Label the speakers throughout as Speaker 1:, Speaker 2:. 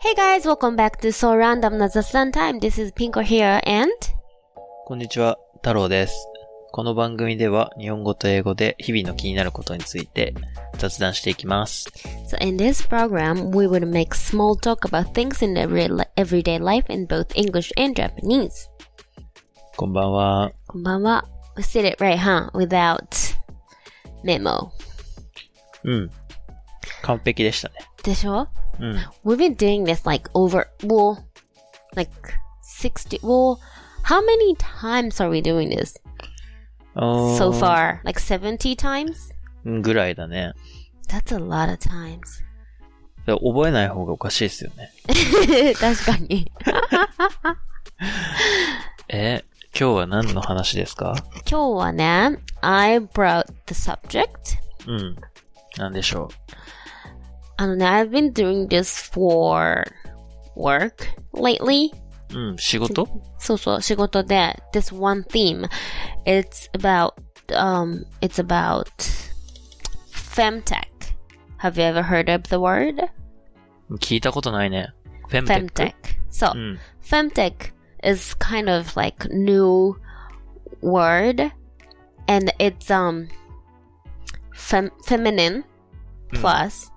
Speaker 1: Hey guys, welcome back to So Random na Zasan Time. This is Pinko here and
Speaker 2: こんにちは、太郎です。この番組では日本語と英語で日々の気になることについて雑談していきます。
Speaker 1: so in this program we would make small talk about things in every everyday life in both English and Japanese.
Speaker 2: こんばんは。
Speaker 1: こんばんは. We said it right, huh? Without memo.
Speaker 2: うん。完璧でしたね。
Speaker 1: でしょ
Speaker 2: うん。
Speaker 1: We've been doing this like over well like sixty well how many times are we doing this
Speaker 2: あー
Speaker 1: so far? Like seventy times?
Speaker 2: うんぐらいだね。
Speaker 1: That's a lot of times.
Speaker 2: で覚えない方がおかしいですよね。
Speaker 1: 確かに。
Speaker 2: え、今日は何の話ですか
Speaker 1: 今日はね、I brought the subject.
Speaker 2: うん。なんでしょ
Speaker 1: あのね、I've been doing this for work lately.
Speaker 2: う。うん、仕事
Speaker 1: そうそう、仕事で、this one theme. It's about, um, it's about femtech. Have you ever heard of the word?
Speaker 2: 聞いたことないね。フェムテッ
Speaker 1: Femtech.
Speaker 2: ク
Speaker 1: そう
Speaker 2: う。ん。
Speaker 1: femtech is kind of like new word and it's um fem- feminine plus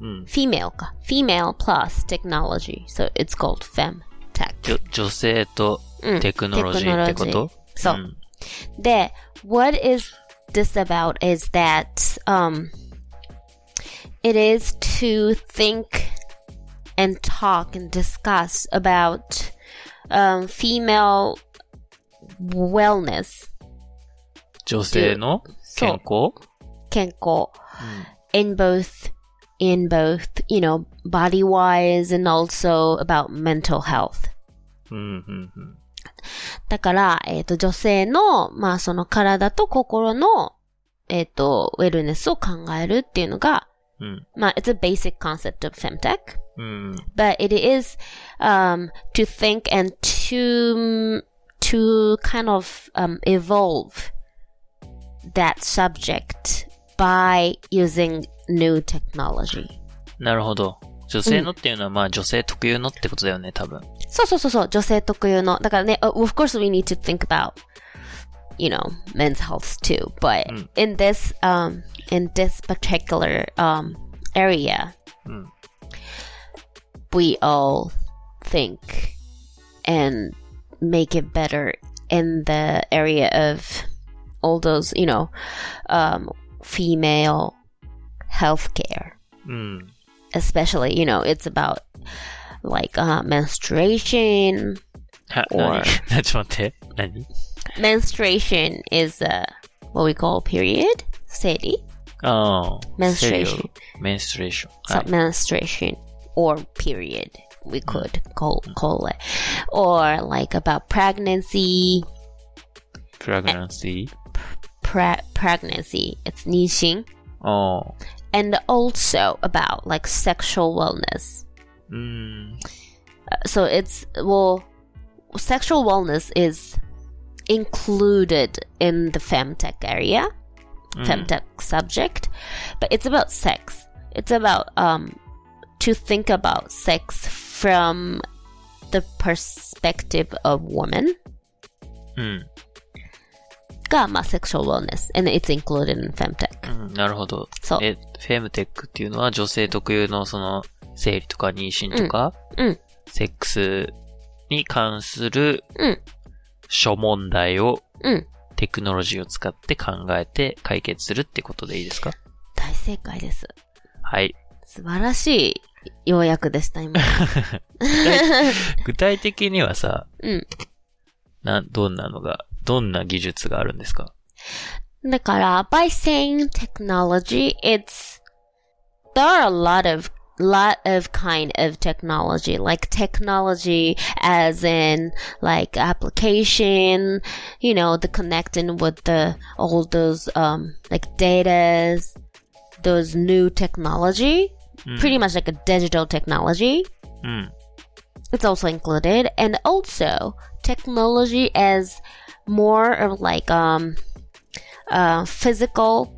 Speaker 2: うん。
Speaker 1: female か female plus technology so it's called femtech
Speaker 2: じょ女性と
Speaker 1: うん
Speaker 2: テクノロジーってこと、
Speaker 1: Technology そうんで what is this about is that um it is to think and talk and discuss about um, female wellness
Speaker 2: 女性の健康
Speaker 1: 健康 in both in both you know body wise and also about mental health
Speaker 2: うん、うん、うん。
Speaker 1: だから、えっ、と、女性の、まあ、その体と心の、えっ、と、ウェルネスを考えるっていうのが、
Speaker 2: うん。
Speaker 1: まあ、it's a basic concept of femtech,
Speaker 2: うん。
Speaker 1: but it is, um, to think and to, to kind of, um, evolve that subject by using new technology.
Speaker 2: なるほど。女性のっていうのは、まあ女性特有のってことだよね、多分。
Speaker 1: そうそうそうそう、女性特有の。だからね、uh, of course we need to think about, you know, men's health too. But
Speaker 2: うん
Speaker 1: in this, um, in this particular um, area,
Speaker 2: うん。
Speaker 1: we all think and make it better in the area of all those, you know, um, female healthcare.
Speaker 2: うん。
Speaker 1: Especially, you know, it's about like uh, menstruation,
Speaker 2: は、
Speaker 1: Or-
Speaker 2: 何な ちょっと待って。何
Speaker 1: menstruation is uh, what we call period, steady
Speaker 2: ああ。
Speaker 1: Menstruation
Speaker 2: メンストレーション。
Speaker 1: so
Speaker 2: はい。
Speaker 1: menstruation or period we could call call it, or like about pregnancy,
Speaker 2: プラグナンシー。
Speaker 1: pre- pregnancy, it's 妊娠,
Speaker 2: ああ。
Speaker 1: and also about like sexual wellness.
Speaker 2: うん。
Speaker 1: Uh, So it's well, sexual wellness is included in the femtech area.
Speaker 2: うん
Speaker 1: femtech subject, but it's about sex. It's about um, to think about sex from the perspective of woman.
Speaker 2: うん。
Speaker 1: Gamma sexual wellness, and it's included in femtech.
Speaker 2: うん。なるほど。
Speaker 1: そう
Speaker 2: え、フェムテックっていうのは女性特有のその、生理とか妊娠とか、
Speaker 1: うんうん
Speaker 2: セックスに関する
Speaker 1: うん、
Speaker 2: 諸問題を
Speaker 1: うん、
Speaker 2: テクノロジーを使って考えて解決するってことでいいですか
Speaker 1: 大正解です。
Speaker 2: はい。
Speaker 1: 素晴らしい要約でした、今。
Speaker 2: 具体的にはさ、
Speaker 1: うん。
Speaker 2: な、どんなのが、どんな技術があるんですか
Speaker 1: だから、by saying technology, it's, there are a lot of, lot of kind of technology, like technology as in, like application, you know, the connecting with the, all those, um, like datas, those new technology,
Speaker 2: うん。
Speaker 1: pretty much like a digital technology.
Speaker 2: うん。
Speaker 1: It's also included, and also technology as more of like um, uh, physical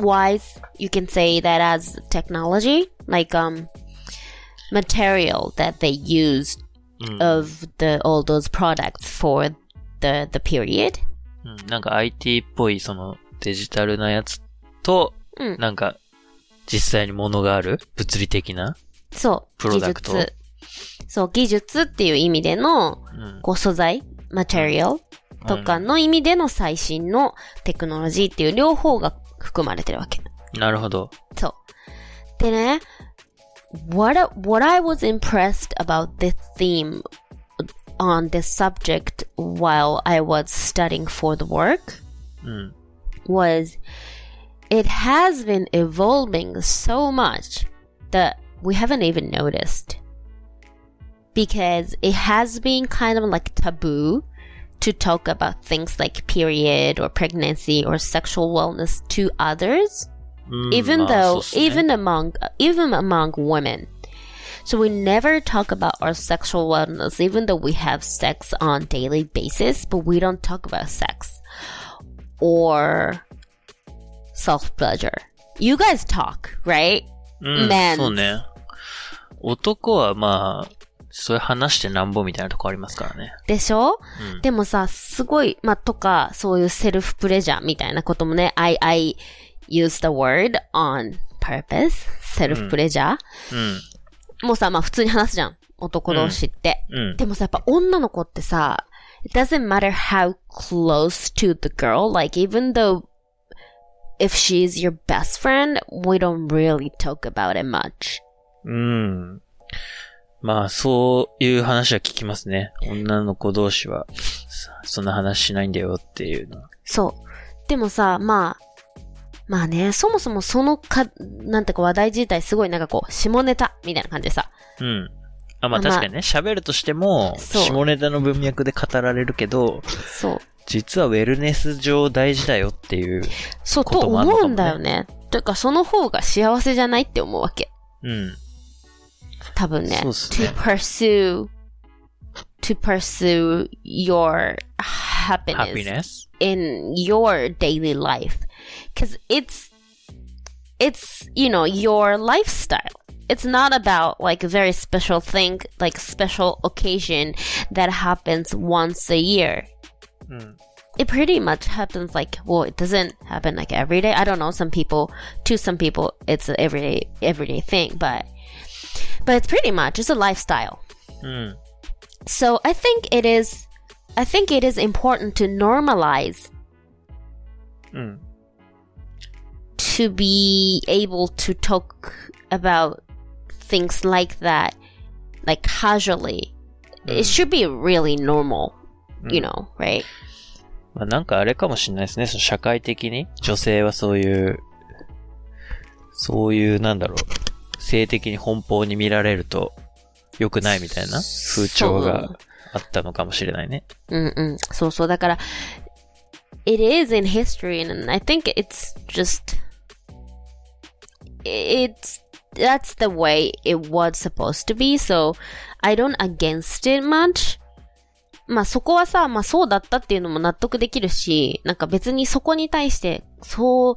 Speaker 1: wise. You can say that as technology, like um, material that they used
Speaker 2: うん。
Speaker 1: of the all those products for the the period.
Speaker 2: うんなんか IT っぽいそのデジタルなやつと、
Speaker 1: うん
Speaker 2: なんか実際に物がある物理的な。
Speaker 1: そう。
Speaker 2: プロダクト
Speaker 1: 技術。そう、技術っていう意味での、
Speaker 2: うん。
Speaker 1: こう、素材、マテリアルとかの意味での最新のテクノロジーっていう両方が含まれてるわけ。
Speaker 2: なるほど。
Speaker 1: So, then, what I- what I was impressed about this theme on this subject while I was studying for the work
Speaker 2: うん。
Speaker 1: was it has been evolving so much that we haven't even noticed because it has been kind of like taboo to talk about things like period or pregnancy or sexual wellness to others
Speaker 2: うん、
Speaker 1: even
Speaker 2: まあ
Speaker 1: though
Speaker 2: そうっすね
Speaker 1: even among even among women so we never talk about our sexual wellness even though we have sex on daily basis but we don't talk about sex or self pleasure you guys talk right
Speaker 2: うん
Speaker 1: men's
Speaker 2: そうね。男はまあ、それ話してなんぼみたいなとこありますからね。
Speaker 1: でしょ、
Speaker 2: うん
Speaker 1: でもさ、すごい、まあ、とか、そういうセルフプレジャーみたいなこともね、I, I use the word on purpose, セルフプレジャー、
Speaker 2: う
Speaker 1: もうさ、まあ普通に話すじゃん。男同士って。
Speaker 2: ん。うん。
Speaker 1: でもさ、やっぱ女の子ってさ、it doesn't matter how close to the girl, like even though if she's your best friend, we don't really talk about it much.
Speaker 2: うん。まあ、そういう話は聞きますね。女の子同士は、そそんな話しないんだよっていうのは。
Speaker 1: そう。でもさ、まあ、まあね、そもそもそのか、なんていうか話題自体すごいなんかこう、下ネタみたいな感じでさ、
Speaker 2: うん。あ、
Speaker 1: ま
Speaker 2: まあ
Speaker 1: あ
Speaker 2: 確かにね、喋るとしても、
Speaker 1: そう
Speaker 2: 下ネタの文脈で語られるけど、
Speaker 1: そう。
Speaker 2: 実はウェルネス上大事だよっていう。
Speaker 1: そう、
Speaker 2: ことともあんの
Speaker 1: 思
Speaker 2: かも
Speaker 1: う
Speaker 2: ね
Speaker 1: んだよね。というか、その方が幸せじゃないって思うわけ。
Speaker 2: うん。
Speaker 1: 多分ね。
Speaker 2: そうっすね
Speaker 1: to pursue, to pursue your happiness,
Speaker 2: ハピネス
Speaker 1: in your daily life. Cause it's, it's, you know, your lifestyle. It's not about like a very special thing, like special occasion that happens once a year.
Speaker 2: うん。
Speaker 1: It pretty much happens like, well, it doesn't happen like every day. I don't know. Some people, to some people, it's an everyday, everyday thing, but, but it's pretty much, it's a lifestyle.
Speaker 2: うん。
Speaker 1: So I think it is I think it is important to normalize
Speaker 2: うん。
Speaker 1: to be able to talk about things like that like casually. It should be really normal, you know, right?
Speaker 2: まあなんかあれかもしれないですね。その社会的に女性はそういう、そういうなんだろう、性的に奔放に見られると良くないみたいな風潮があったのかもしれないね。
Speaker 1: Mm-mm. So so that gotta it is in history and I think it's just it's that's the way it was supposed to be so I don't against it much まあそこはさ、まあそうだったっていうのも納得できるし、なんか別にそこに対して、そう、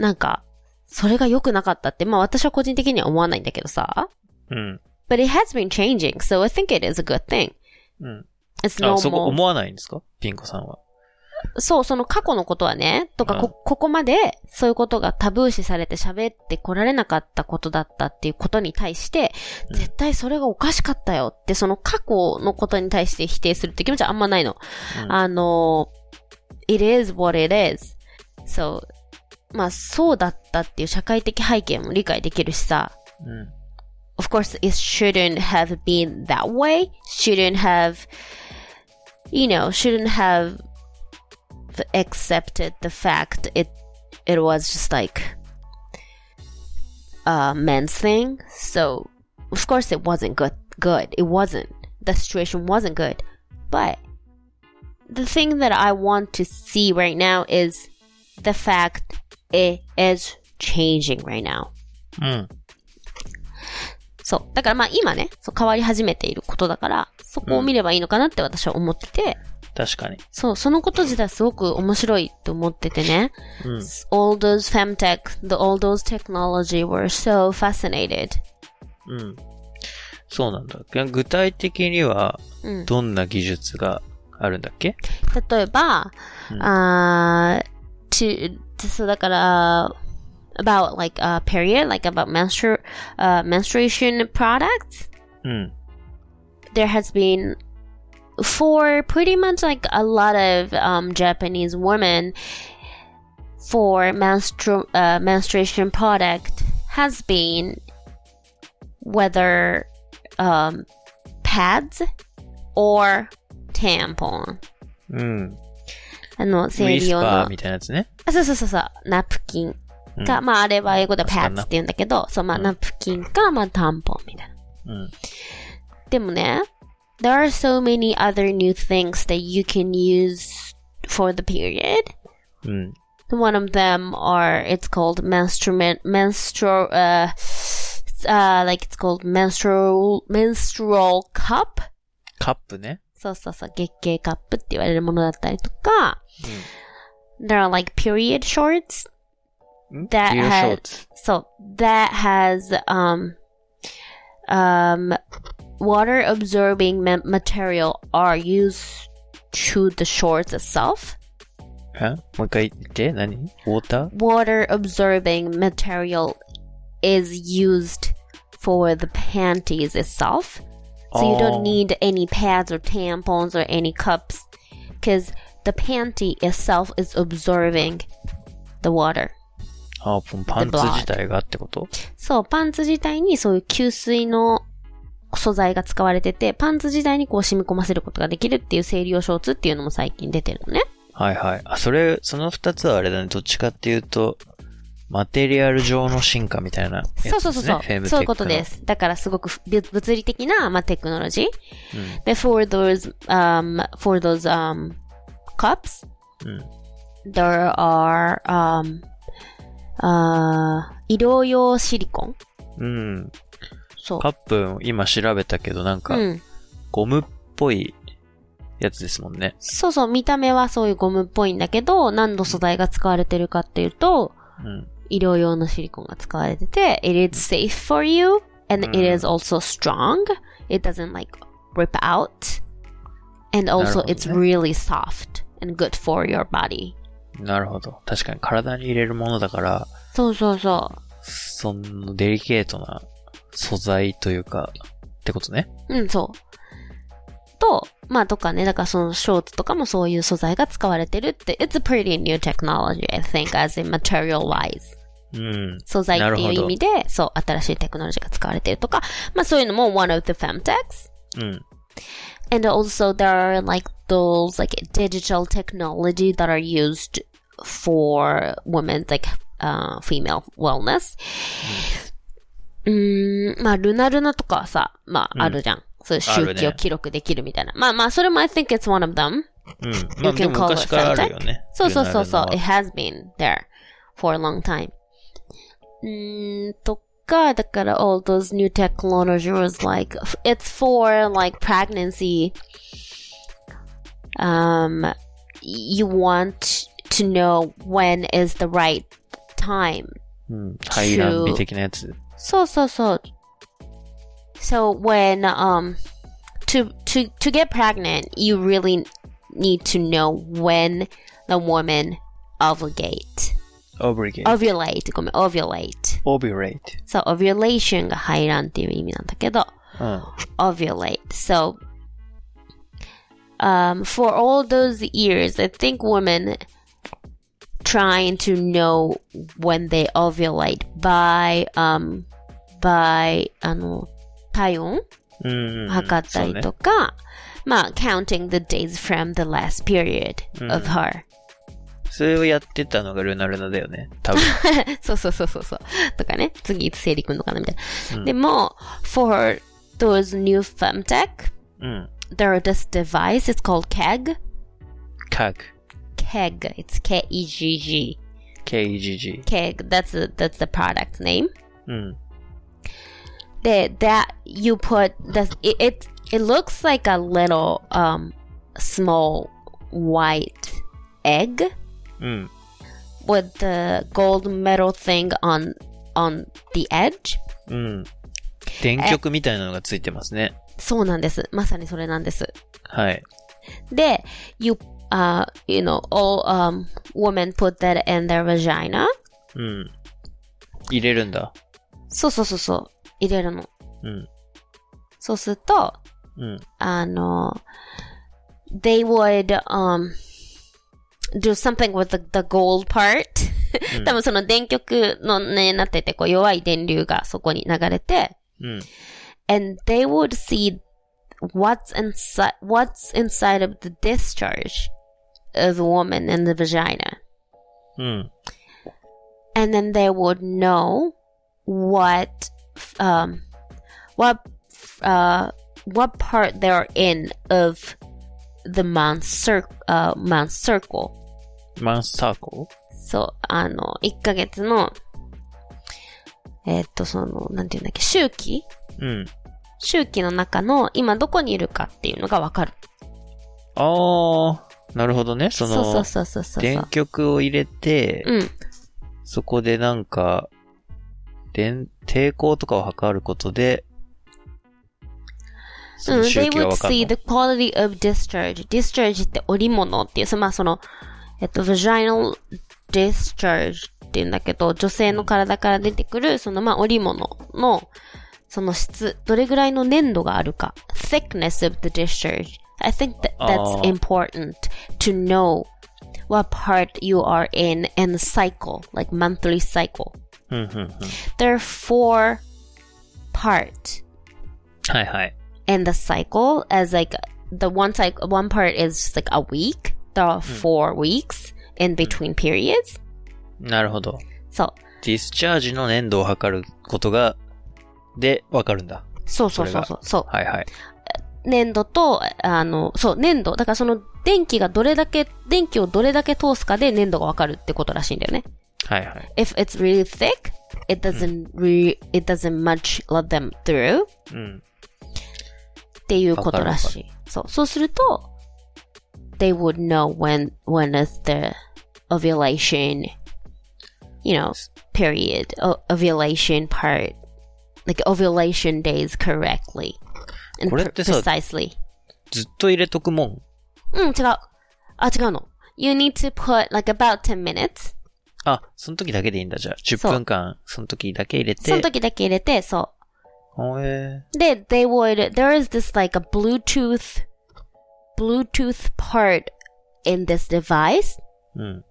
Speaker 1: なんか、それが良くなかったって、まあ私は個人的には思わないんだけどさ。
Speaker 2: うん。
Speaker 1: But it has been changing, so I think it is a good thing.
Speaker 2: うん。
Speaker 1: It's
Speaker 2: あ、
Speaker 1: normal.
Speaker 2: そこ思わないんですかピンコさんは。
Speaker 1: そう、その過去のことはね、とか、
Speaker 2: うん
Speaker 1: こ、ここまで、そういうことがタブー視されて喋ってこられなかったことだったっていうことに対して、
Speaker 2: うん
Speaker 1: 絶対それがおかしかったよって、その過去のことに対して否定するって気持ちはあんまないの。
Speaker 2: うん
Speaker 1: あの、it is what it is. So, まあ、そうだったっていう社会的背景も理解できるしさ、
Speaker 2: うん。
Speaker 1: of course it shouldn't have been that way shouldn't have you know shouldn't have accepted the fact it it was just like a men's thing so of course it wasn't good good it wasn't the situation wasn't good but the thing that i want to see right now is the fact it is changing right now
Speaker 2: うん。
Speaker 1: そう。だからまあ今ね、そう変わり始めていることだから、そこを見ればいいのかなって私は思ってて、
Speaker 2: 確かに。
Speaker 1: そう、そのこと自体すごく面白いと思っててね。
Speaker 2: うん。
Speaker 1: All those femtech, the all those technology were so fascinated
Speaker 2: うん。そうなんだ。具体的には、
Speaker 1: うん。
Speaker 2: どんな技術があるんだっけ
Speaker 1: 例えば、
Speaker 2: うん
Speaker 1: あー to, そうだから、about like a period, like about menstru- uh, menstruation products,
Speaker 2: うん。
Speaker 1: there has been for pretty much like a lot of um, Japanese women for menstru- uh, menstruation product has been whether um, pads or tampon.
Speaker 2: うん。
Speaker 1: あの、
Speaker 2: ウ
Speaker 1: 生
Speaker 2: ィ
Speaker 1: 理
Speaker 2: ス
Speaker 1: 用
Speaker 2: パ
Speaker 1: の
Speaker 2: ー。みたいなやつね。
Speaker 1: あ、そうそうそうそう、ナプキン
Speaker 2: うん
Speaker 1: か、まああれは英語で
Speaker 2: 確か
Speaker 1: パ
Speaker 2: に
Speaker 1: ッ
Speaker 2: な
Speaker 1: ツって言うんだけど、そう、まあ
Speaker 2: うん
Speaker 1: ナプキンか、まあタンポンみたいな。
Speaker 2: うん。
Speaker 1: でもね、there are so many other new things that you can use for the period.
Speaker 2: うん。
Speaker 1: One of them are, it's called menstrument, menstrual, uh, uh, like it's called menstrual, menstrual cup.
Speaker 2: カップね。
Speaker 1: そうそうそう、月経カップって言われるものだったりとか、there are like period shorts
Speaker 2: うん。
Speaker 1: That
Speaker 2: ビューショーツ。
Speaker 1: So that has um um water absorbing ma- material are used to the shorts itself.
Speaker 2: えもう一回言って何ウォーター
Speaker 1: Water absorbing material is used for the panties itself. So you
Speaker 2: Oh.
Speaker 1: don't need any pads or tampons or any cups cuz the panty itself is absorbing the water.
Speaker 2: あーもうパン
Speaker 1: The
Speaker 2: ツ
Speaker 1: blood
Speaker 2: 自体がってこと
Speaker 1: そう、パンツ自体にそういう吸水の素材が使われてて、パンツ自体にこう染み込ませることができるっていう生理用ショーツっていうのも最近出てるのね。
Speaker 2: はいはい。あ、それ、その二つはあれだね。どっちかっていうと、マテリアル上の進化みたいなやつです、ね。
Speaker 1: そうそうそうそ
Speaker 2: フェムテッ
Speaker 1: う。
Speaker 2: クの
Speaker 1: そういうことで。す。だからすごくふび物理的な、まあ、テクノロジー。
Speaker 2: うん。
Speaker 1: で、for those, um, for those, um, cups,
Speaker 2: うん。
Speaker 1: there are, um, uh, 医療用シリコン。
Speaker 2: うん。
Speaker 1: そう。
Speaker 2: カップ、今調べたけど、なんか、
Speaker 1: うん。
Speaker 2: ゴムっぽいやつですもんね。
Speaker 1: そうそう、見た目はそういうゴムっぽいんだけど、何の素材が使われてるかっていうと、
Speaker 2: うん。
Speaker 1: 医療用のシリコンが使われてて、it is safe for you and
Speaker 2: うん
Speaker 1: it is also strong. It doesn't like rip out. And
Speaker 2: なる
Speaker 1: also
Speaker 2: ほどね
Speaker 1: it's really soft and good for your body.
Speaker 2: なるほど。確かに体に入れるものだから、
Speaker 1: そうそうそ
Speaker 2: そのデリケートな素材というか、ってことね。
Speaker 1: う。うん、そう。と、まあとかね、だからそのショーツとかもそういう素材が使われてるって、it's a pretty new technology, I think, as in material wise.
Speaker 2: うん。
Speaker 1: 素材っていう
Speaker 2: なる
Speaker 1: 意
Speaker 2: ほ
Speaker 1: 味で、そう、新しいテクノロジーが使われてるとか、まあそういうのも one of the femtechs.
Speaker 2: うん。
Speaker 1: And also, there are like those like digital technology that are used for women's like uh, female wellness. うーん、まあ、ルナルナとかはさ、まあ、あるじゃん。そういう
Speaker 2: ある
Speaker 1: 周
Speaker 2: ね
Speaker 1: 期を記録できるみたいな。まあまあ、それも I think it's one of them.
Speaker 2: うん。まあ、
Speaker 1: You can
Speaker 2: でも
Speaker 1: call it
Speaker 2: 昔からあるよね。
Speaker 1: そうそうそうそう。
Speaker 2: ルナル
Speaker 1: It
Speaker 2: ナは
Speaker 1: has been there for a long time. Mm, うーん、とか、だから all those new technology was like, it's for like pregnancy. Um, you want to know when is the right time.
Speaker 2: うん。排卵日的なやつ。
Speaker 1: So, so, so. So when, um, to, to, to get pregnant, you really need to know when the woman ovulate.
Speaker 2: obligate,
Speaker 1: ovulate ごめん ovulate
Speaker 2: ovulate.
Speaker 1: そう ovulation が排卵っていう意味なんだけど
Speaker 2: うん。
Speaker 1: ovulate so um, for all those years I think women trying to know when they ovulate by um by あの体温
Speaker 2: うん。
Speaker 1: 測ったりとか、まあ counting the days from the last period
Speaker 2: うん
Speaker 1: of her、
Speaker 2: そうねそれをやってたのがルナルナだよね。多 分。
Speaker 1: そうそうそうそうそう。とかね。次いつ生理くんのかなみたいな。
Speaker 2: うん
Speaker 1: でも、for those new femtech,
Speaker 2: うん。
Speaker 1: there are this device, it's called KEG.
Speaker 2: カグ。
Speaker 1: KEG, it's K-E-G-G.
Speaker 2: KEGG。
Speaker 1: KEG, that's, the- that's the product name.
Speaker 2: うん。
Speaker 1: That, that you put, that, it, it, it looks like a little, um, small white egg.
Speaker 2: うん。
Speaker 1: With the gold metal thing on on the edge,
Speaker 2: うん。電極みたいなのがついてますね。
Speaker 1: そうなんです。まさにそれなんです。
Speaker 2: はい。
Speaker 1: で、you, uh, you know, all, um, women put that in their vagina.
Speaker 2: うん。入れるんだ。
Speaker 1: そうそうそうそう。入れるの。
Speaker 2: うん。
Speaker 1: そうすると、
Speaker 2: うん。
Speaker 1: あの、they would, um, do something with the, the gold part.
Speaker 2: うん
Speaker 1: 多分その電極のね、なってて、こう弱い電流がそこに流れて、
Speaker 2: うん。
Speaker 1: and they would see what's inside, what's inside of the discharge of a woman in the vagina.
Speaker 2: うん。
Speaker 1: and then they would know what um what uh what part they're in of the man's cir uh, man's circle
Speaker 2: マンスサーコ
Speaker 1: そうあの1ヶ月のえーっとそのなんていうんだっけ周期
Speaker 2: ルうん。
Speaker 1: 周期の中の今どこにいるかっていうのがわかる
Speaker 2: あー、なるほどね。
Speaker 1: そ
Speaker 2: そ
Speaker 1: うそ
Speaker 2: の
Speaker 1: う、そうそうそう
Speaker 2: 電極を入れて、
Speaker 1: うん
Speaker 2: そこでなんか、電、抵抗とかを測ることで、その
Speaker 1: Mm, they
Speaker 2: 周期が
Speaker 1: would
Speaker 2: わかる
Speaker 1: see
Speaker 2: の
Speaker 1: the quality of discharge. discharge って織物っていう、そまあその、えっと、vaginal discharge って言うんだけど、女性の体から出てくる、そのまあ織物の、その質、どれぐらいの粘度があるか。thickness of the discharge. I think that
Speaker 2: あ
Speaker 1: that's
Speaker 2: ー
Speaker 1: important to know what part you are in in the cycle, like monthly cycle.
Speaker 2: うんうんうん。
Speaker 1: There are four parts.
Speaker 2: はいはい。
Speaker 1: and the cycle as like the one cycle one part is just like a week there are four weeks in between periods
Speaker 2: なるほど。
Speaker 1: so
Speaker 2: ディスチャージの粘土を測ることが、で、わかるんだ。
Speaker 1: そうそうそうそうそう
Speaker 2: はいはい。
Speaker 1: 粘土とあのそう粘土だからその電気がどれだけ電気をどれだけ通すかで粘土がわかるってことらしいんだよね
Speaker 2: はいはい。
Speaker 1: if it's really thick it doesn't re it doesn't much let them through
Speaker 2: うん。
Speaker 1: っていうことらしい。そう。そうすると、they would know when, when is the ovulation, you know, period, o- ovulation part, like ovulation days correctly. And
Speaker 2: これってさ
Speaker 1: pre- precisely. Hmm,
Speaker 2: ずっと入れとくもん。
Speaker 1: うん、違う。あ、違うの。You Ah, need to put like about 10 minutes.
Speaker 2: あ、その時だけでいいんだ、じゃあ。10
Speaker 1: そう
Speaker 2: 分間、その時だけ入れて。
Speaker 1: その時だけ入れて、そ
Speaker 2: ほえ
Speaker 1: う。で、they would, there is this like a Bluetooth, Bluetooth part in this device.
Speaker 2: ーうん。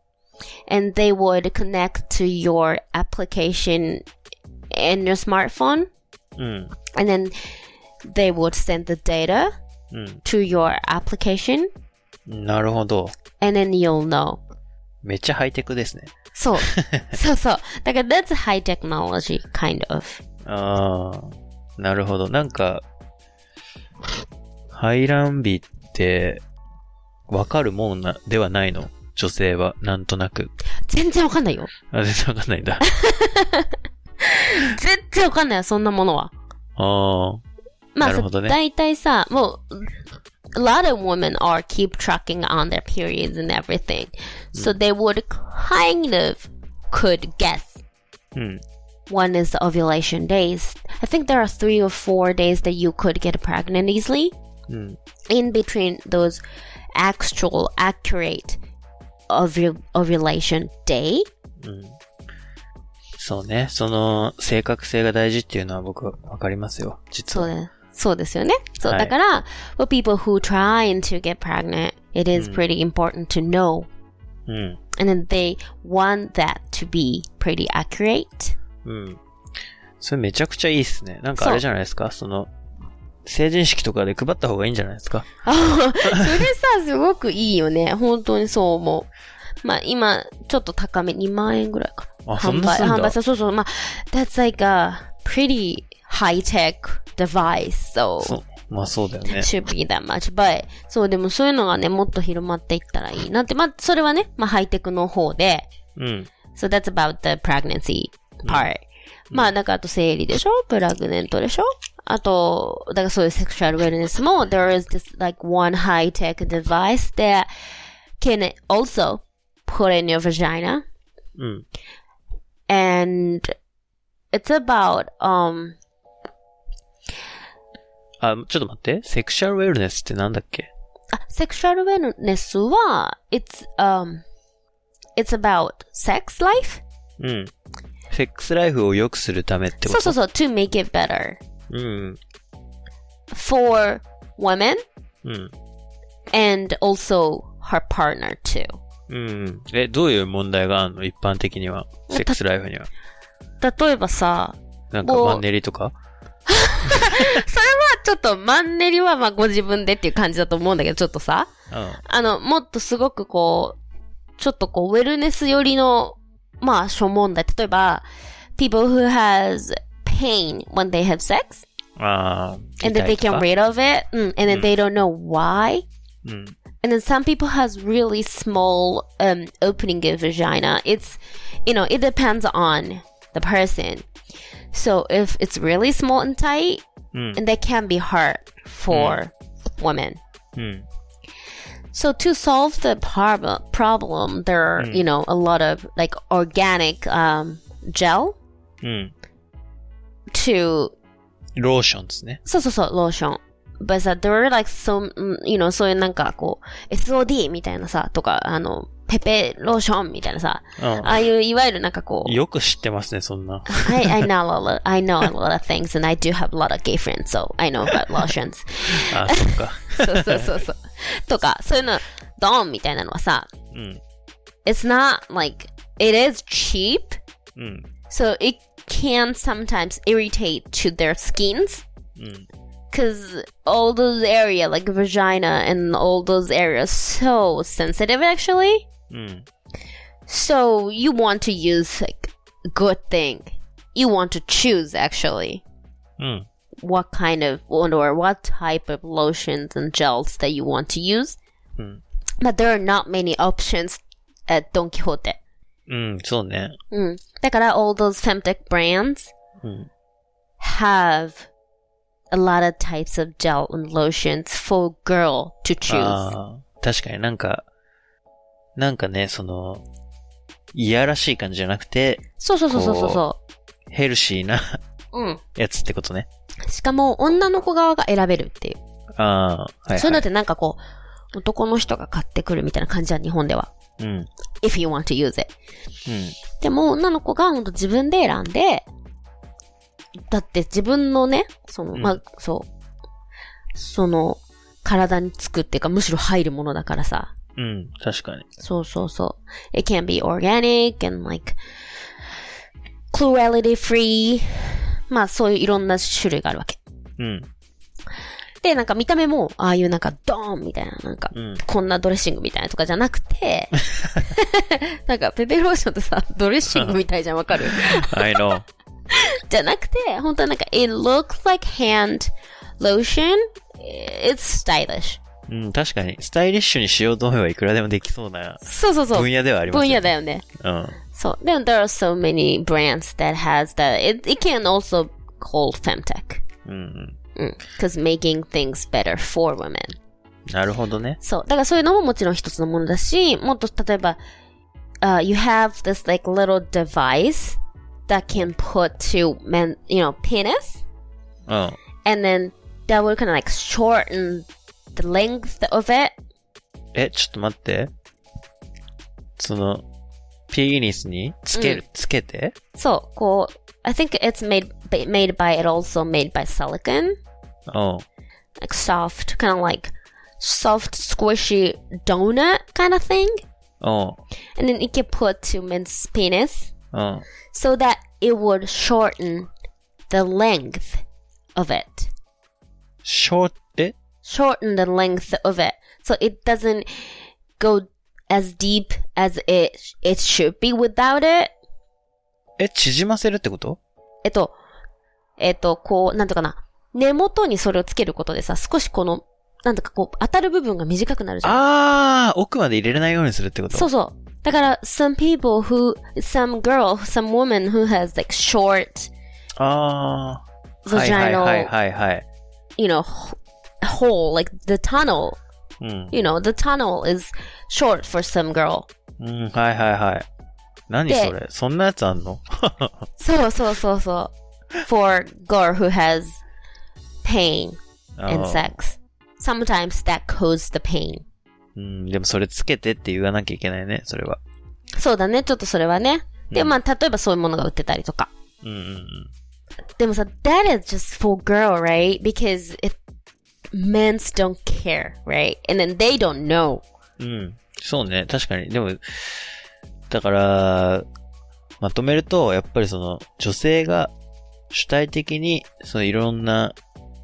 Speaker 1: and they would connect to your application in your smartphone
Speaker 2: うん。
Speaker 1: and then they would send the data
Speaker 2: う
Speaker 1: to your application
Speaker 2: ん。なるほど。
Speaker 1: and then you'll know
Speaker 2: めっちゃハイテクですね。
Speaker 1: so so so like that's high technology kind of
Speaker 2: ああ、なるほど。なんか、排卵日って、わかるもんな、ではないの女性は、なんとなく。
Speaker 1: 全然わかんないよ
Speaker 2: あ、全然わかんないん だ。
Speaker 1: 全然わかんないよそんなものは
Speaker 2: ああ、
Speaker 1: まあ、
Speaker 2: なるほどね
Speaker 1: 大体さ、もう、a lot of women are keep tracking on their periods and everything. So
Speaker 2: Mm.
Speaker 1: they would kind of could guess
Speaker 2: うん。
Speaker 1: One is the ovulation days. I think there are three or four days that you could get pregnant easily.
Speaker 2: うん。
Speaker 1: In between those actual, accurate ovu- ovulation day.
Speaker 2: そうね。その、正確性が大事っていうのは僕、わかりますよ。実
Speaker 1: そう
Speaker 2: は。
Speaker 1: だそうですよね。そう、
Speaker 2: はい
Speaker 1: だから、for people who trying to get pregnant, it is
Speaker 2: Mm.
Speaker 1: pretty important to know.
Speaker 2: うん。
Speaker 1: And then they want that to be pretty accurate.
Speaker 2: うん。それめちゃくちゃいいっすね。なんかあれじゃないですかその、成人式とかで配った方がいいんじゃないですか
Speaker 1: あ それさ、すごくいいよね。本当にそう思う。まあ今、ちょっと高め、2万円ぐらいかな。
Speaker 2: あそんなすんだ
Speaker 1: 販売、そうそうそう。まあ、that's like a pretty high-tech device, so
Speaker 2: そう。まあそうだよ
Speaker 1: it
Speaker 2: ね。
Speaker 1: should be that much. But, そう、でもそういうのがね、もっと広まっていったらいいなって。まあ、それはね、まあハイテクの方で、
Speaker 2: うん。
Speaker 1: so that's about the pregnancy part. まあ、だからあと生理でしょプラグネントでしょあと、だからそういうセクシュアルウェルネスも、there is this like one high-tech device that can also put in your vagina.
Speaker 2: うん。
Speaker 1: And it's about, um,
Speaker 2: あ、ちょっと待って。セクシャルウェルネスってなんだっけ
Speaker 1: あ、セクシャルウェルネスは、it's, um, it's about sex life?
Speaker 2: うん。セックスライフを良くするためって
Speaker 1: そう
Speaker 2: こと
Speaker 1: そうそう、to make it better.
Speaker 2: うん。
Speaker 1: For women
Speaker 2: うん。
Speaker 1: and also her partner too.
Speaker 2: うん。え、どういう問題があるの一般的には。セックスライフには。
Speaker 1: 例えばさ、
Speaker 2: なんか
Speaker 1: もう
Speaker 2: マンネリと
Speaker 1: ま
Speaker 2: か
Speaker 1: あちょっとマンネリはまあご自分でっていう感じだと思うんだけど、ちょっとさ、
Speaker 2: う
Speaker 1: あの、もっとすごくこう、ちょっとこう、ウェルネス寄りの、まあ諸問題。例えば、people who has pain when they have sex
Speaker 2: ん。ああ。
Speaker 1: and then
Speaker 2: 痛
Speaker 1: they
Speaker 2: いと
Speaker 1: can
Speaker 2: か
Speaker 1: rid of it, うん and then they don't know why.
Speaker 2: うん。
Speaker 1: and then some people has really small um, opening in vagina it's you know it depends on the person so if it's really small and tight
Speaker 2: うん。
Speaker 1: and that can be hard for women
Speaker 2: うん。
Speaker 1: so to solve the prob- problem there are you know a lot of like organic um, gel
Speaker 2: うん。
Speaker 1: to
Speaker 2: ローションですね。
Speaker 1: そうそうそう、ローション。But さ、there were like some, mm, you know, そういうなんかこう、SOD みたいなさ、とか、あの、ペペローションみたいなさ、
Speaker 2: うん
Speaker 1: ああいういわゆるなんかこう、
Speaker 2: よく知ってますね、そんな。
Speaker 1: I, I, know a lot, I know a lot of things and I do have a lot of gay friends, so I know about lotions.
Speaker 2: あ、そっ か。
Speaker 1: そうそうそうそう。とか、そういうの、ドンみたいなのはさ、
Speaker 2: うん。
Speaker 1: It's not like, it is cheap,
Speaker 2: うん。
Speaker 1: so it can sometimes irritate to their skins.
Speaker 2: うん。
Speaker 1: because all those area like vagina and all those areas so sensitive actually
Speaker 2: うん。
Speaker 1: so you want to use like good thing you want to choose actually
Speaker 2: うん。
Speaker 1: what kind of or what type of lotions and gels that you want to use
Speaker 2: Hmm.
Speaker 1: but there are not many options at don quixote
Speaker 2: うん。そうね。
Speaker 1: mm. だから all those femtech brands
Speaker 2: うん。
Speaker 1: have a lot of types of gel and lotions for girl to choose
Speaker 2: あー確かになんか、なんかね、その、いやらしい感じじゃなくて、
Speaker 1: そうそうそうそうそうそ
Speaker 2: ヘルシーな
Speaker 1: う。うん。
Speaker 2: やつってことね。
Speaker 1: しかも、女の子側が選べるっていう。
Speaker 2: ああ、はい、はい。
Speaker 1: そういうのってなんかこう、男の人が買ってくるみたいな感じは日本では。
Speaker 2: うん。うん。
Speaker 1: if you want to use it. でも、女の子がほんと自分で選んで、だって自分のね、その、
Speaker 2: うん
Speaker 1: まあ、そう。その、体につくっていうか、むしろ入るものだからさ。
Speaker 2: うん。確かに。
Speaker 1: そうそうそう。It can be organic and like, cruelty free. まあ、そういういろんな種類があるわけ。
Speaker 2: うん。
Speaker 1: で、なんか見た目も、ああいうなんかドーンみたいな、なんか、
Speaker 2: うん。
Speaker 1: こんなドレッシングみたいなとかじゃなく て、 なんかペペローションってさ、ドレッシングみたいじゃん、わかる
Speaker 2: I know.
Speaker 1: じゃなくて、本当はなんか、it looks like hand lotion, it's stylish.
Speaker 2: うん、確かに。スタイリッシュにしようと思えばいくらでもできそうな
Speaker 1: そうそうそう。
Speaker 2: 分野ではあります
Speaker 1: 分野
Speaker 2: よ
Speaker 1: だよね。
Speaker 2: うん。
Speaker 1: そう。でも、there are so many brands that has that, it, it can also called femtech.
Speaker 2: うん。
Speaker 1: うん。cause making things better for women.
Speaker 2: なるほどね。
Speaker 1: そう。だからそういうのももちろん一つのものだし、もっと例えば、uh, you have this like little device that can put to men, you know, penis,
Speaker 2: うん。
Speaker 1: and then that will kind of like shorten the length of it.
Speaker 2: え、ちょっと待って。その、ピーニスにつける、つけて
Speaker 1: そう、こう、I think it's made, made by, it also made by silicon,
Speaker 2: うん。
Speaker 1: like soft, kind of like soft, squishy donut kind of thing,
Speaker 2: うん。
Speaker 1: and then it can put to men's penis.
Speaker 2: うん。
Speaker 1: so that it would shorten the length of it.
Speaker 2: ショーって、
Speaker 1: Shorten the length of it. So it doesn't go as deep as it, it should be without it.
Speaker 2: え、縮ませるってこと
Speaker 1: えっと、えっと、こう、なんとかな。根元にそれをつけることでさ、少しこの、なんとかこう、当たる部分が短くなるじゃん。
Speaker 2: あー、奥まで入れれないようにするってこと
Speaker 1: そうそう。だから、some people who, some girl, some woman who has like short
Speaker 2: あー。はいはい
Speaker 1: vaginal,
Speaker 2: はいはいはい。
Speaker 1: you know, h- hole, like the tunnel
Speaker 2: うん。
Speaker 1: you know, the tunnel is short for some girl.
Speaker 2: うん、はいはいはい。何
Speaker 1: で
Speaker 2: それそんなやつあんの
Speaker 1: So, so, so, so. For girl who has pain and
Speaker 2: あー
Speaker 1: sex. Sometimes that caused the pain.
Speaker 2: うん、でもそれつけてって言わなきゃいけないね、それは。
Speaker 1: そうだ eh, ね、ちょっとそれはね。で、
Speaker 2: うん
Speaker 1: まあ、例えばそういうものが売ってたりとか。
Speaker 2: うんうんうん。
Speaker 1: でもさ、that is just for girl, right? Because if men's don't care, right? And then they don't know.
Speaker 2: うん。そうね。確かに。でも、だから、まとめると、やっぱりその、女性が主体的に、そのいろんな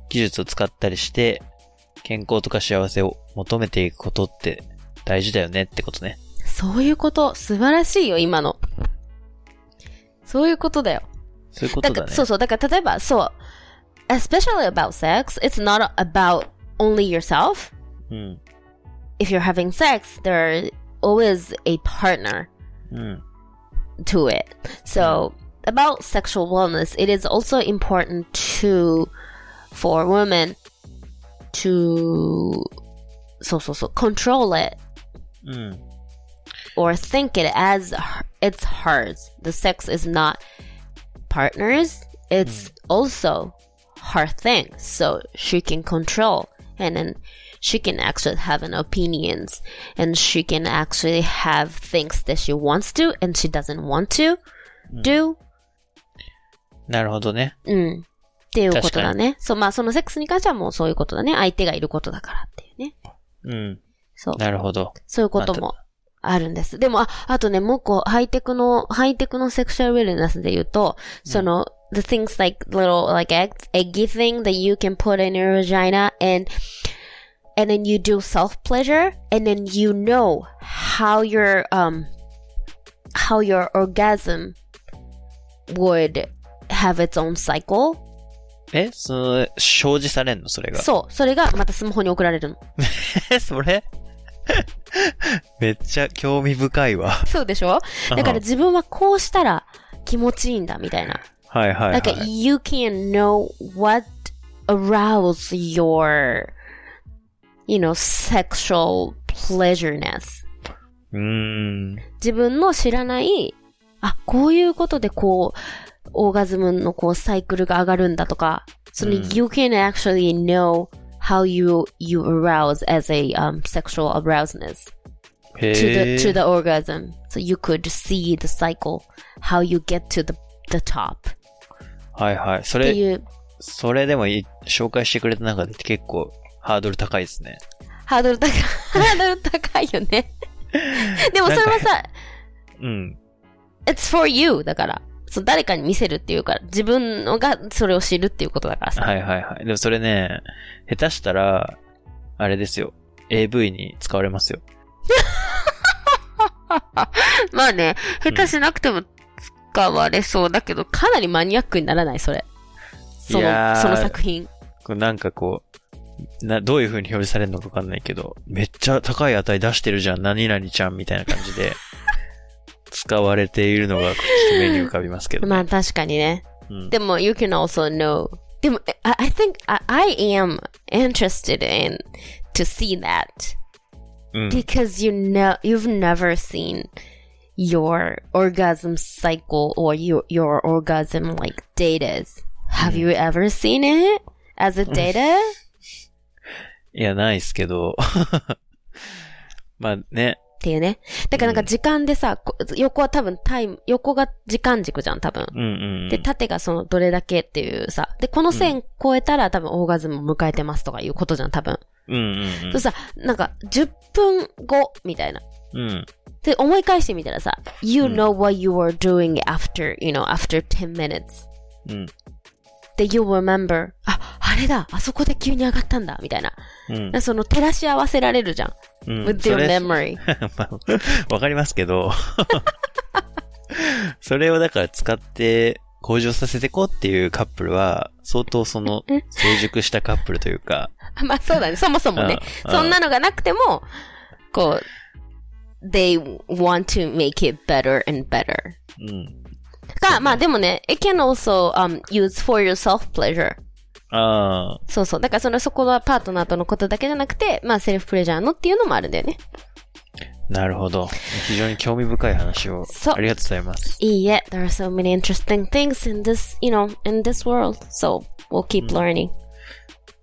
Speaker 2: 技術を使ったりして、健康とか幸せを求めていくことって大事だよねってことね。
Speaker 1: そういうこと、素晴らしいよ、今の。そういうことだよ。
Speaker 2: そういうこ
Speaker 1: だ
Speaker 2: とだ
Speaker 1: から
Speaker 2: ね。
Speaker 1: そうそう。だから例えば、そう。especially about sex, it's not about only yourself.
Speaker 2: うん。
Speaker 1: If you're having sex, there's always a partner
Speaker 2: うん。
Speaker 1: to it. So,
Speaker 2: Mm-hmm.
Speaker 1: about sexual wellness, it is also important to, for women to, so, so, so, control it
Speaker 2: うん。
Speaker 1: or think it as her- it's hers. The sex is not partners. It's also her thing, so she can control and then she can actually have an opinions and she can actually have things that she wants to and she doesn't want to do.
Speaker 2: なるほどね。
Speaker 1: うん。っていうことだね。そう、まあそのセックスに関してはもうそういうことだね。相手がいることだからっていうね。
Speaker 2: うん。
Speaker 1: そう。
Speaker 2: なるほど。
Speaker 1: そういうこともあるんです。でも、あ、あとね、もう一個、ハイテクの、ハイテクのセクシャルウェルネスで言うと、その、the things like little, like eggs, eggy thing that you can put in your vagina and, and then you do self pleasure and then you know how your, um, how your orgasm would have its own cycle.
Speaker 2: えその、生じされんのそれが。
Speaker 1: そう。それがまたスマホに送られるの。
Speaker 2: え、 それめっちゃ興味深いわ。
Speaker 1: そうでしょだから自分はこうしたら気持ちいいんだみたいな。
Speaker 2: はいはい、は。
Speaker 1: ないんか、you can know what arouse your, you know, sexual pleasureness.
Speaker 2: うーん。
Speaker 1: 自分の知らない、あ、こういうことでこう、オーガズムのこう、サイクルが上がるんだとか、その、
Speaker 2: うん
Speaker 1: you can actually know how you, you arouse as a、um, sexual arouseness.
Speaker 2: へ
Speaker 1: to the
Speaker 2: え。
Speaker 1: to the orgasm so you could see the cycle how you get to the the top
Speaker 2: はいはい。そ
Speaker 1: って
Speaker 2: れ、
Speaker 1: いう
Speaker 2: それでもい紹介してくれた中で結構ハードル高いですね。
Speaker 1: ハードル高いハードル高いよ ねでもそれはさ
Speaker 2: うん。
Speaker 1: it's for you だからそう誰かに見せるっていうから自分のがそれを知るっていうことだからさ、
Speaker 2: はいはいはい。でもそれね、下手したら、あれですよ。AV に使われますよ。
Speaker 1: まあね下手しなくても使われそうだけど、かなりマニアックにならないそれそ
Speaker 2: いや
Speaker 1: の
Speaker 2: ー
Speaker 1: その作品
Speaker 2: こうなんかこう、な、どういう風に表示されるのかわかんないけど、めっちゃ高い値出してるじゃん、何々ちゃんみたいな感じで、使われているのが、ちょっと目に浮かびますけど、
Speaker 1: まあ確かにね
Speaker 2: うん。
Speaker 1: でも、you can also know. でも、I, I think I, I am interested in to see that
Speaker 2: うん。
Speaker 1: because you know you've never seen your orgasm cycle or your your orgasm like data. Have you ever seen it as a data?
Speaker 2: いや、ないっすけど。 まあね、
Speaker 1: っていうね。だからなんか時間でさ、こ横は多分タイム、横が時間軸じゃん、多分。
Speaker 2: うんうんう
Speaker 1: で、
Speaker 2: ん。
Speaker 1: 縦がそのどれだけっていうさ。で、この線超えたら多分オーガズムを迎えてますとかいうことじゃん、多分。
Speaker 2: うんうん
Speaker 1: そうさ、なんか、10分後、みたいな。
Speaker 2: うん。うん。
Speaker 1: で、思い返してみたらさ、You
Speaker 2: うん
Speaker 1: know what you were doing after, you know, after 10 minutes.
Speaker 2: うん。
Speaker 1: で、You remember, あ、あれだ、あそこで急に上がったんだ、みたいな。
Speaker 2: うん
Speaker 1: でその、照らし合わせられるじゃん。
Speaker 2: うん。
Speaker 1: With
Speaker 2: そ
Speaker 1: your
Speaker 2: れ
Speaker 1: memory.
Speaker 2: まあ、わかりますけど、 それをだから使って向上させていこうっていうカップルは、相当その成熟したカップルというか、
Speaker 1: まあ、そうだね。そもそもね。
Speaker 2: うん
Speaker 1: そんなのがなくても、こう、They want to make it better and better.
Speaker 2: うん。
Speaker 1: が、まあでもね、it can also、um, use for your self pleasure.
Speaker 2: ああ、
Speaker 1: そうそう。だからそのそこはパートナーとのことだけじゃなくて、まあセルフプレジャーのっていうのもあるんだよね。
Speaker 2: なるほど。非常に興味深い話を
Speaker 1: そう、
Speaker 2: ありがとうございます。
Speaker 1: いいえ、there are so many interesting things in this, you know, in this world. So, we'll keep learning.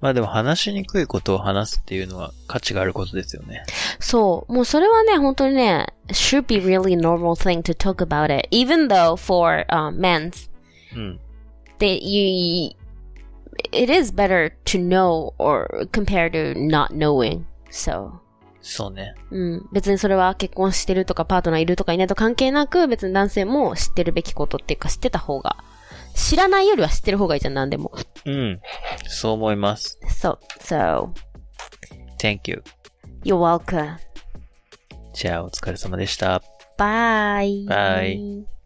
Speaker 2: まあでも話しにくいことを話すっていうのは価値があることですよね。
Speaker 1: そう。もうそれはね、本当にね、should be really normal thing to talk about it. Even though for、um, men,
Speaker 2: うん。
Speaker 1: they, you, it is better to know or compared to not knowing. So,
Speaker 2: そうね。
Speaker 1: うん。別にそれは結婚してるとかパートナーいるとかいないと関係なく、別に男性も知ってるべきことっていうか知ってた方が、知らないよりは知ってる方がいいじゃん、なんでも。
Speaker 2: うん。そう思います。
Speaker 1: So, so,
Speaker 2: Thank you.
Speaker 1: you're welcome.
Speaker 2: じゃあお疲れ様でした。
Speaker 1: Bye.
Speaker 2: Bye.